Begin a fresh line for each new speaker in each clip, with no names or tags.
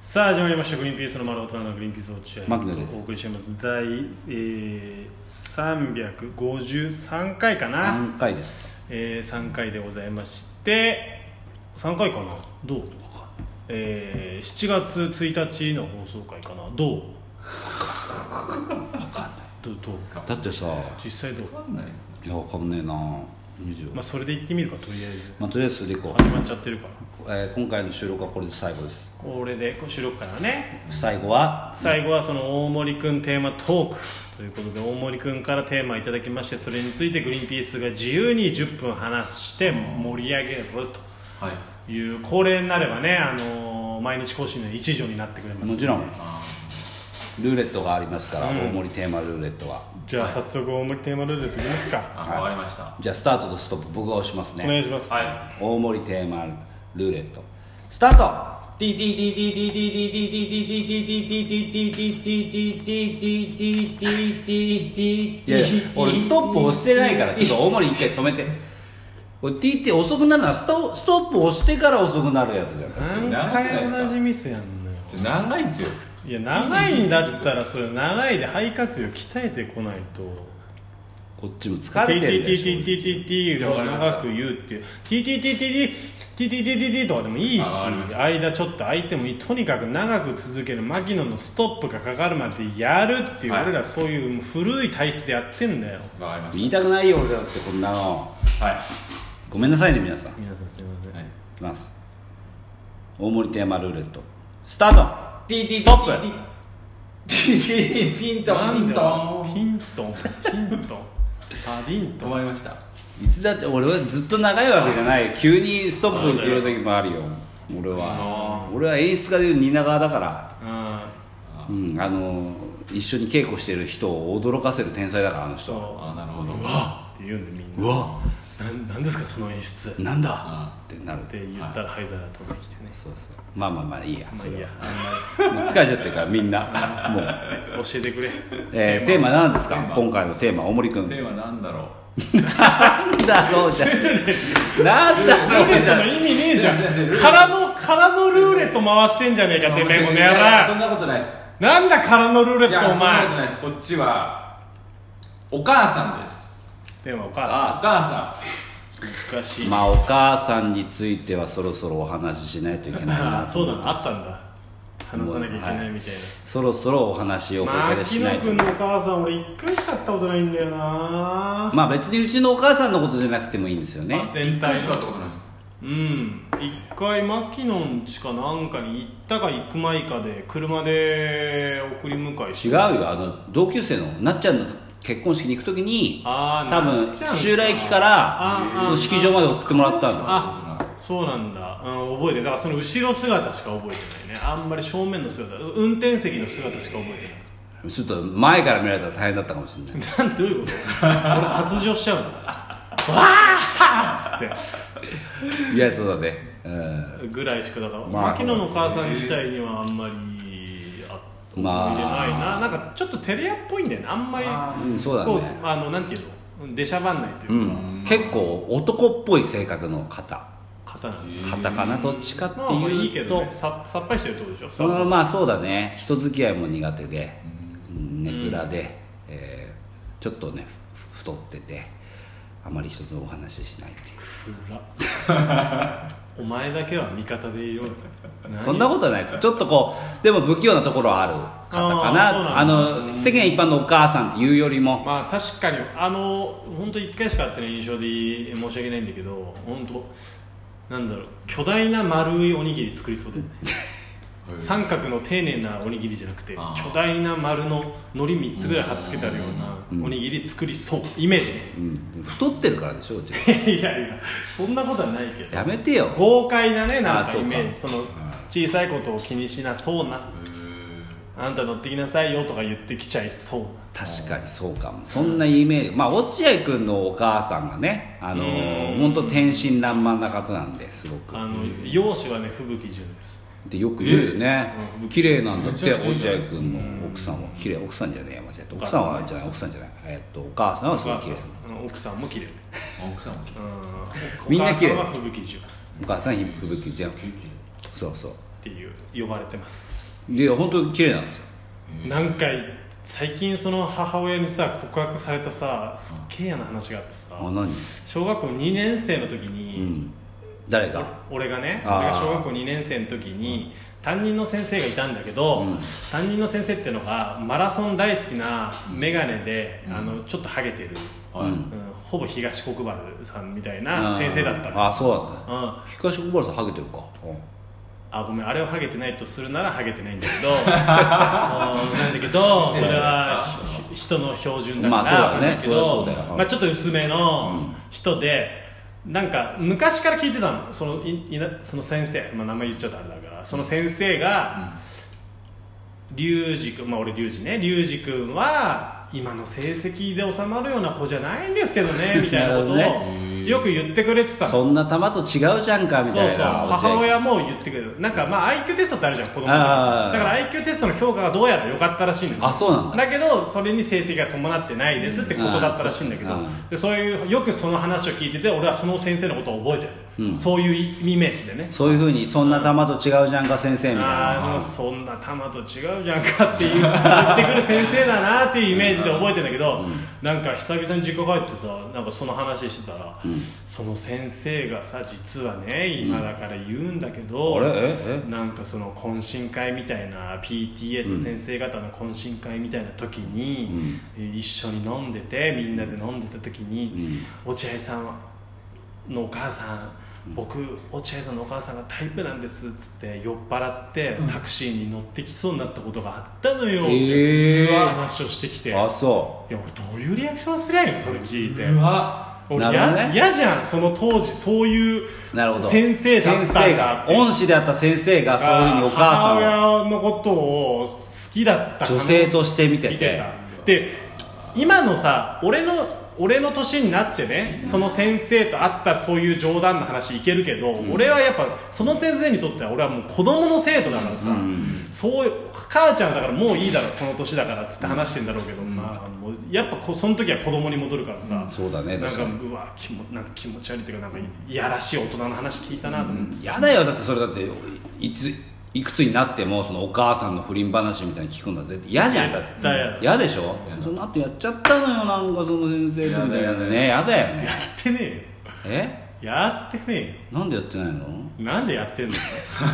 さあ始まりました「グリーンピースの丸大人のグリーンピース落合」
牧野です
お送りしています第、えー、353回かな、
3回です
えー、3回でございまして3回かなどうえー、7月1日の放送回かなどうどうどう
だってさ
実際どう、
いやわかんねえな20
まあ、それで行ってみるかとりあえず
まあとりあえずリコ、
始まっちゃってるから
えー今回の収録はこれで最後です
これでこう収録からね
最後は
最後はその大森くんテーマトークということで大森くんからテーマいただきましてそれについてグリーンピースが自由に10分話して盛り上げる
はい
という恒例になればね、あのー毎日更新の一助になってくれます
もちろん
あ
ルーレットがありますから、大盛りテーマルーレットは
じゃあ早速大森テーマルールやっていきます
あ
か
わかりました
じゃあスタートとストップ僕が押します
お願い
ね
します、
は
大盛りテーマルーレットスタート
い D D D D D D D D D D D D D D D D D D D D D D
いやいや俺ストップ押してないからちょっと大盛り一回止めてこれ T って遅くなるのはストストップ押してから遅くなるやつじゃん
何回同じミスやんのよ
ちょ長いんですよ
いや長いんだったらそれ長いで肺活量鍛えてこないと
こっちも疲れてるでしょ
TTTTTTT を長く言うっていう TTTTTTTTTT とかでもいいし
あわかりました
間ちょっと空いてもいいとにかく長く続ける牧野のストップがかかるまでやるっていう
はい
俺らそういう古い体質でやってんだよ
わかりまし
言いたくないよ俺だってこんなの
たはい
ごめんなさいね皆さんい
皆さんすいません
きます大盛りテーマルーレットスター
D D
ストップ
D D D ピントンピント
ティントンティントンパディン
ン
ト
止
ン
まりました
トいつだって俺はずっと長いわけじゃない急にストップって言う時もあるよ俺は俺は演出家でいう蜷川だから
あ
うんあの一緒に稽古してる人を驚かせる天才だからあの人
そ
あなるほど
ううわって言うんでみん
う
な
わ
なんなんですかその演出っ
なんだってなる
て言ったら灰皿飛んできてね
そうそうまあまあまあいいや
ま
そ
あいい
れ
や
は
あん
もう疲れちゃってるからみんなもう
まり教えてくれ
えーテーマ何です
テー
か
マ
今回のテーマ大森君
テーマなんだろ
なんだろうじゃなんだ
ル
ろ
ーレッ
うじ
ト
ゃ
の意味ねえじゃん
いやいやいや
空の空のルーレット回してんじゃねえ
う
かてめえこの
いやそ
や
んなことないです
ばなんだ空のルーレ
い
ッ
や
ト
そ
お
んなこと
前
ないですこっちはお母さんです
でもお母さ
お母
ん難しい、
まあお母さんについてはそろそろお話ししないといけない
あ
な
あそうだなあったんだ話さなきゃいけないみたい
そろそろお話をこ
な
こでし
牧
な
野
いと
君のお母さん俺一回しか会ったことないんだよな、
まあ別にうちのお母さんのことじゃなくてもいいんですよね
あ
ん
全
一回
体
しか会ったことないです
うん一回牧野んちかなんかに行ったか行くまいかで車で送り迎えし
違うよあの同級生のなっちゃんの結婚式に行く時に
ああ
多分土浦駅から
あー
その式場まで送ってもらったんだ
あそうなんだ、うん、覚えてるだからその後ろ姿しか覚えてないねあんまり正面の姿運転席の姿しか覚え
ちょっと前から見られたら大変だったかもしれない
てないなんどういうこと俺発情しちゃうのわーっつ
いやそうだねうん
ってぐらいしかだから、
まあ
牧野のお母さん自体にはあんまりあ思い入れないな、
まあ
なんかちょっと照れ屋っぽいんだよねあんまり
あー
うんそうだね
こうあのなんていうの出しゃばんないといううか、
ん結構男っぽい性格の方
方なんで
方かなどっちかって
まあまあいい
い
け
うと
どねささっぱりしてるってことでしょさ
そ
っ
のまあそうだね人付き合いも苦手でうんネクラで、えーちょっとねふ太っててあまり人とお話ししないっていう
暗っお前だけは味方でいようよ
そんなことはないですちょっとこうでも不器用なところはある方か
あーそう
な
な
あ
んだ
の世間一般のお母さんっていうよりも
まあ確かにあの本当一回しか会ってない印象でいい申し訳ないんだけど本当なんだろう巨大な丸いおにぎり作りそうだよね三角の丁寧なおにぎりじゃなくて
あー
巨大な丸の海苔3つぐらい貼っつけてあるようなおにぎり作りそうイメー
うん太ってるからでしょうち
ジねいやいやそんなことはないけど
やめてよ
豪快なねなん
あ
か
そう
イ
か
メージその小さいことを気にしなそうなあんた乗ってきなさいよとか言ってきちゃいそうな
確かにそうかもそんなイメージまあ落合君のお母さんがねあのー
うん
本当天真爛漫な方なんですごく
あの容姿はね吹雪純です
ってよく言うよね
うん
綺麗なんだっ
めち
て
ゃくちゃいいじゃない
落合君の奥さんは綺麗奥さんじゃねえや間違えた奥さんはじゃない奥さんじゃないえっとお母さんはすごい綺麗
うん奥さんも綺麗
奥さんも来
うん
みんな綺麗
お母さんは吹雪純
お母さんひぶきちゃん
て
そうそう
っていう呼ばれてます
いや本当に綺麗なんですよ
なんか最近その母親にさ告白されたさすっげえ嫌な話があってさ
あ何
小学校2年生の時
う
に、
ん誰が
お俺がね
あー
俺が小学校2年生の時に担任の先生がいたんだけど、
うん
担任の先生ってのがマラソン大好きな眼鏡で、あのちょっとハゲてる、
はい
うんほぼ東国原さんみたいな先生だったの
ああそうだった
うん
東国原さんハゲてるか
あごめんあれをハゲてないとするならハゲてないんだけ どうんなんだけどそれはひ人の標準だから、
まあそうだね
なんけど
そりゃそうだよ
まあ、ちょっと薄めの人で、なんか昔から聞いてたのそのいいなその先生、まあ、名前言っちゃったらあれだからその先生が、龍二君まあ俺龍二ね龍二君は今の成績で収まるような子じゃないんですけどねみたいなことを
なるほ
よく言ってくれてたの
そんな玉と違うじゃんかみたい
そ
な
うそう母親も言ってくれるなんかまあ IQ テストってあるじゃん子供のだ
あー
から IQ テストの評価がどうやら良かったらしいのよ
あそうなんだ
だけどそれに成績が伴ってないですってことだったらしいんだけど
うん
でそういうよくその話を聞いてて俺はその先生のことを覚えてる、そういうイメージでね
そういうふうにそんな玉と違うじゃんか先生みたい
あーで
な
もそんな玉と違うじゃんかっていう言ってくる先生だなっていうイメージで覚えてんだけど、なんか久々に実家帰ってさなんかその話してたら、その先生がさ実はね今だから言うんだけど、
あれえ
なんかその懇親会みたいな PTA と先生方の懇親会みたいな時に、一緒に飲んでてみんなで飲んでた時に、落合さんはのお母さん僕落合さんのお母さんがタイプなんですっつって酔っ払ってタクシーに乗ってきそうになったことがあったのよって
へー
うわ話をしてきてい
えあ
や
そ
俺どういうリアクションすりゃいいのそれ聞いて
わ
俺
なるほど
や
ね
嫌、じゃんその当時そういう
うなるほど
先生だったんだ
先生が恩師であった先生がそういうふうにお母さんを
母親のことを好きだった
女性と
し
して見て
見
て
てたで今のさ俺の俺の年になってねその先生と会ったそういう冗談の話いけるけど、俺はやっぱその先生にとっては俺はもう子供の生徒だからさ、そういう母ちゃんはだからもういいだろこの年だからっつって話してんだろうけど、まあ、もうやっぱこその時は子供に戻るからさ、
そうだね
なん
確
か
かに
うわ気もなんか気持ち悪いっていうかなんかいやらしい大人の話聞いたなと思って、
やだよだってそれだっていついくつになってもそのお母さんの不倫話みたいに聞くのは絶対嫌じゃんだって
絶対嫌だ
嫌でしょその後やっちゃったのよなんかその先生とみたいなね嫌だよね
やってねえよ
え
やってね
なんでやってないの
えよなんでやって んの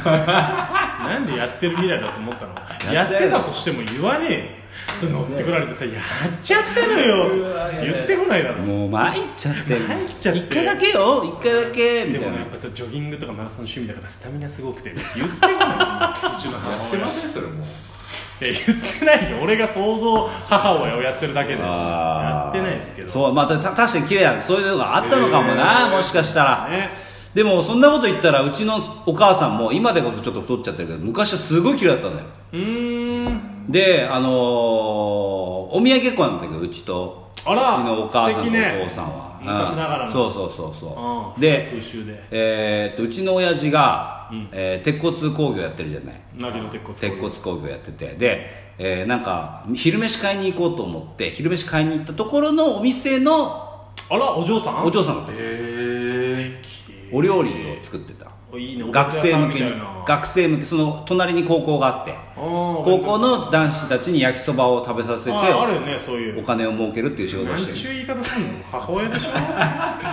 なんでやってる未来だと思ったの
や
や
っ
って
たよ
てたとしても言わねえよそれ乗ってこられてさやっちゃってるよ言ってこないだろ
もう参っちゃってる
参っちゃって
一回だけよ一回だけみ
で
た
も
い
ねや
な
っぱさジョギングとかマラソン趣味だからスタミナすごくて言ってこないうち
や
の
っ
母
て
親
ま
い
せんそれもう
や言ってないよ俺が想像母親をやってるだけでやっ
あー
てないですけど
そうまあた確かに綺麗だそういうのがあったのかもな、
えー
もしかしたら、
ね
でもそんなこと言ったらうちのお母さんも今でこそちょっと太っちゃってるけど昔はすごい綺麗だったんだよ
うーん
であのーお見合い結婚なんだけどうちと
あら
うちのお母さ
素
んと
敵
お
ね
父さんは、うん
昔ながらの
そうそうそうそう、
うん
で
空襲で
えーっとうちの親父が、
うん
えー鉄骨工業やってるじゃない
凪の鉄骨
鉄骨工業やっててで、えーなんか昼飯買いに行こうと思って昼飯買いに行ったところのお店の
あらお嬢さん
お嬢さんだった
へ
お料理を作ってた
いいね
学生向け
お寿司屋さんみた
に
いな
学生向けその隣に高校があって
あー
高校の男子たちに焼きそばを食べさせて
あーあるよねそういう
お金を儲けるっていう仕事を
何
し
ちゅう
てる
言い方すんの母親 でしょ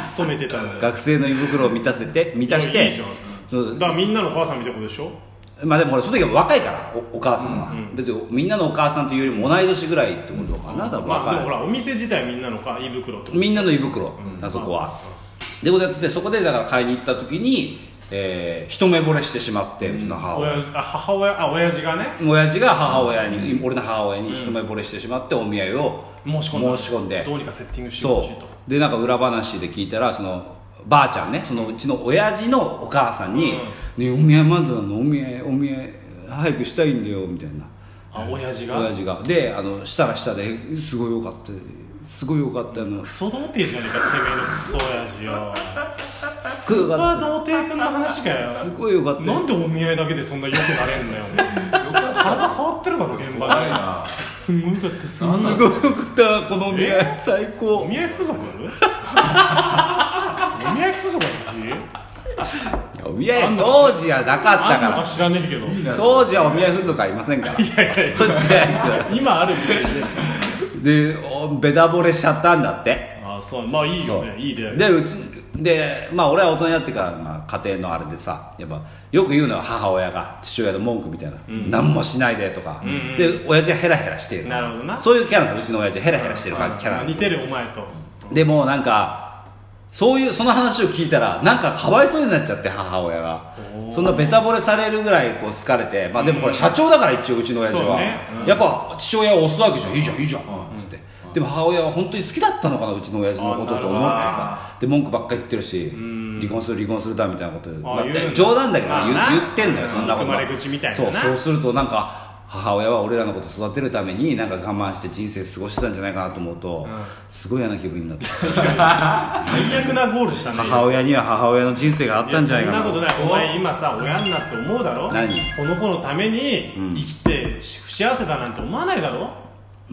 勤めてたの
学生の胃袋を満たせて満たし
いやい
て
いじゃん
そう
だからみんなの母さんみたいなことでしょ
まあでも俺その時は若いからおお母さんは、
うん
別にみんなのお母さんというよりも同い年ぐらいってことかな、だから
まあ
若い
でもほらお店自体みんなのか胃袋ってこと
みんなの胃袋、
うん
あそこは。でことやっててそこでだから買いに行った時に、えー一目惚れしてしまって、うちの母親
親父あ母親あ親父がね
親父が母親に、俺の母親に一目惚れしてしまってお見合いを
申し込んだ
申し込んで
どうにかセッティングしてほ
そ
しいと
うでなんか裏話で聞いたらそのばあちゃんねそのうちの親父のお母さんに「ね、お見合いまだなのお見合いお見合い早くしたいんだよ」みたいな
あ親父が
親父がであのしたらしたですごいよかったすごいよかったあの
クソ童貞じゃねえかてめえのクソ親父よ
すごい
そ
よ
れ
か
は
った
童貞君の話かよ
すごいよかったよ
なんでお見合いだけでそんな良くなれんだよ 体触ってるだろ現場
怖い
で
な
すんごいだってすんごい
すごいよかったこのお見合い最
お
高
見合い風俗お見合い風俗の話
やお見合い当時はなかった
あ
か
んの
ら
知らねえけど
いな
当時はお見合い風俗ありませんから
今あるみたいで
でおべたぼれしちゃったんだって
ああそうまあいいよねいい出会い
でうちでまあ俺は大人になってから、まあ、家庭のあれでさやっぱよく言うのは母親が父親の文句みたいな、何もしないでとか、
んうん
で親父はヘラヘラしてる
なるほどな
そういうキャラなのうちの親父ヘラヘラしてるからキャラ
あ似てるお前と
でもなんかそういうその話を聞いたらなんかかわいそうになっちゃって母親が
おー
そんなベタ惚れされるぐらいこう好かれてまあでもこれ社長だから一応うちの親父
そう
は、
ねうん
やっぱ父親を押すわけじゃんいいじゃんいいじゃん、つってでも母親は本当に好きだったのかなうちの親父のことと思
あな
って
るほど
さで文句ばっか言ってるし離婚する離婚するだみたいなことまあ
言うんだ
冗談だけど
まあ
言
な
言ってんのよそんなことは
憎まれ口みたいな
そう
な
そうするとなんか母親は俺らのこと育てるためになんか我慢して人生過ごしてたんじゃないかなと思うと、
うん
すごい嫌な気分になって
最悪なゴールしたね
母親には母親の人生があったんじゃないか
や
な
そんなことないお前今さ親になって思うだろ
何
この子のために
うん
生きて不幸せだなんて思わないだろ、
うん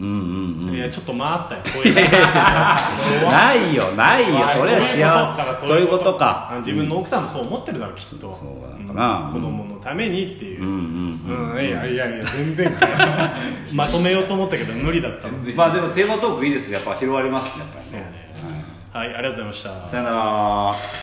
うんうん
いやちょっと回ったよ声が 俺は
ないよないよそれは
だから
幸せそういうこと
あ
か
自分の奥さんもそう思ってるだろきっと
そうなのかな
うん子供のためにっていう
うんうんうん
うんいやいやいや全 然まとめようと思ったけど無理だったの
まあでもテーマトークいいですねやっぱ広がりますねやっぱり
そう
ね
ねはいありがとうございました
さよなら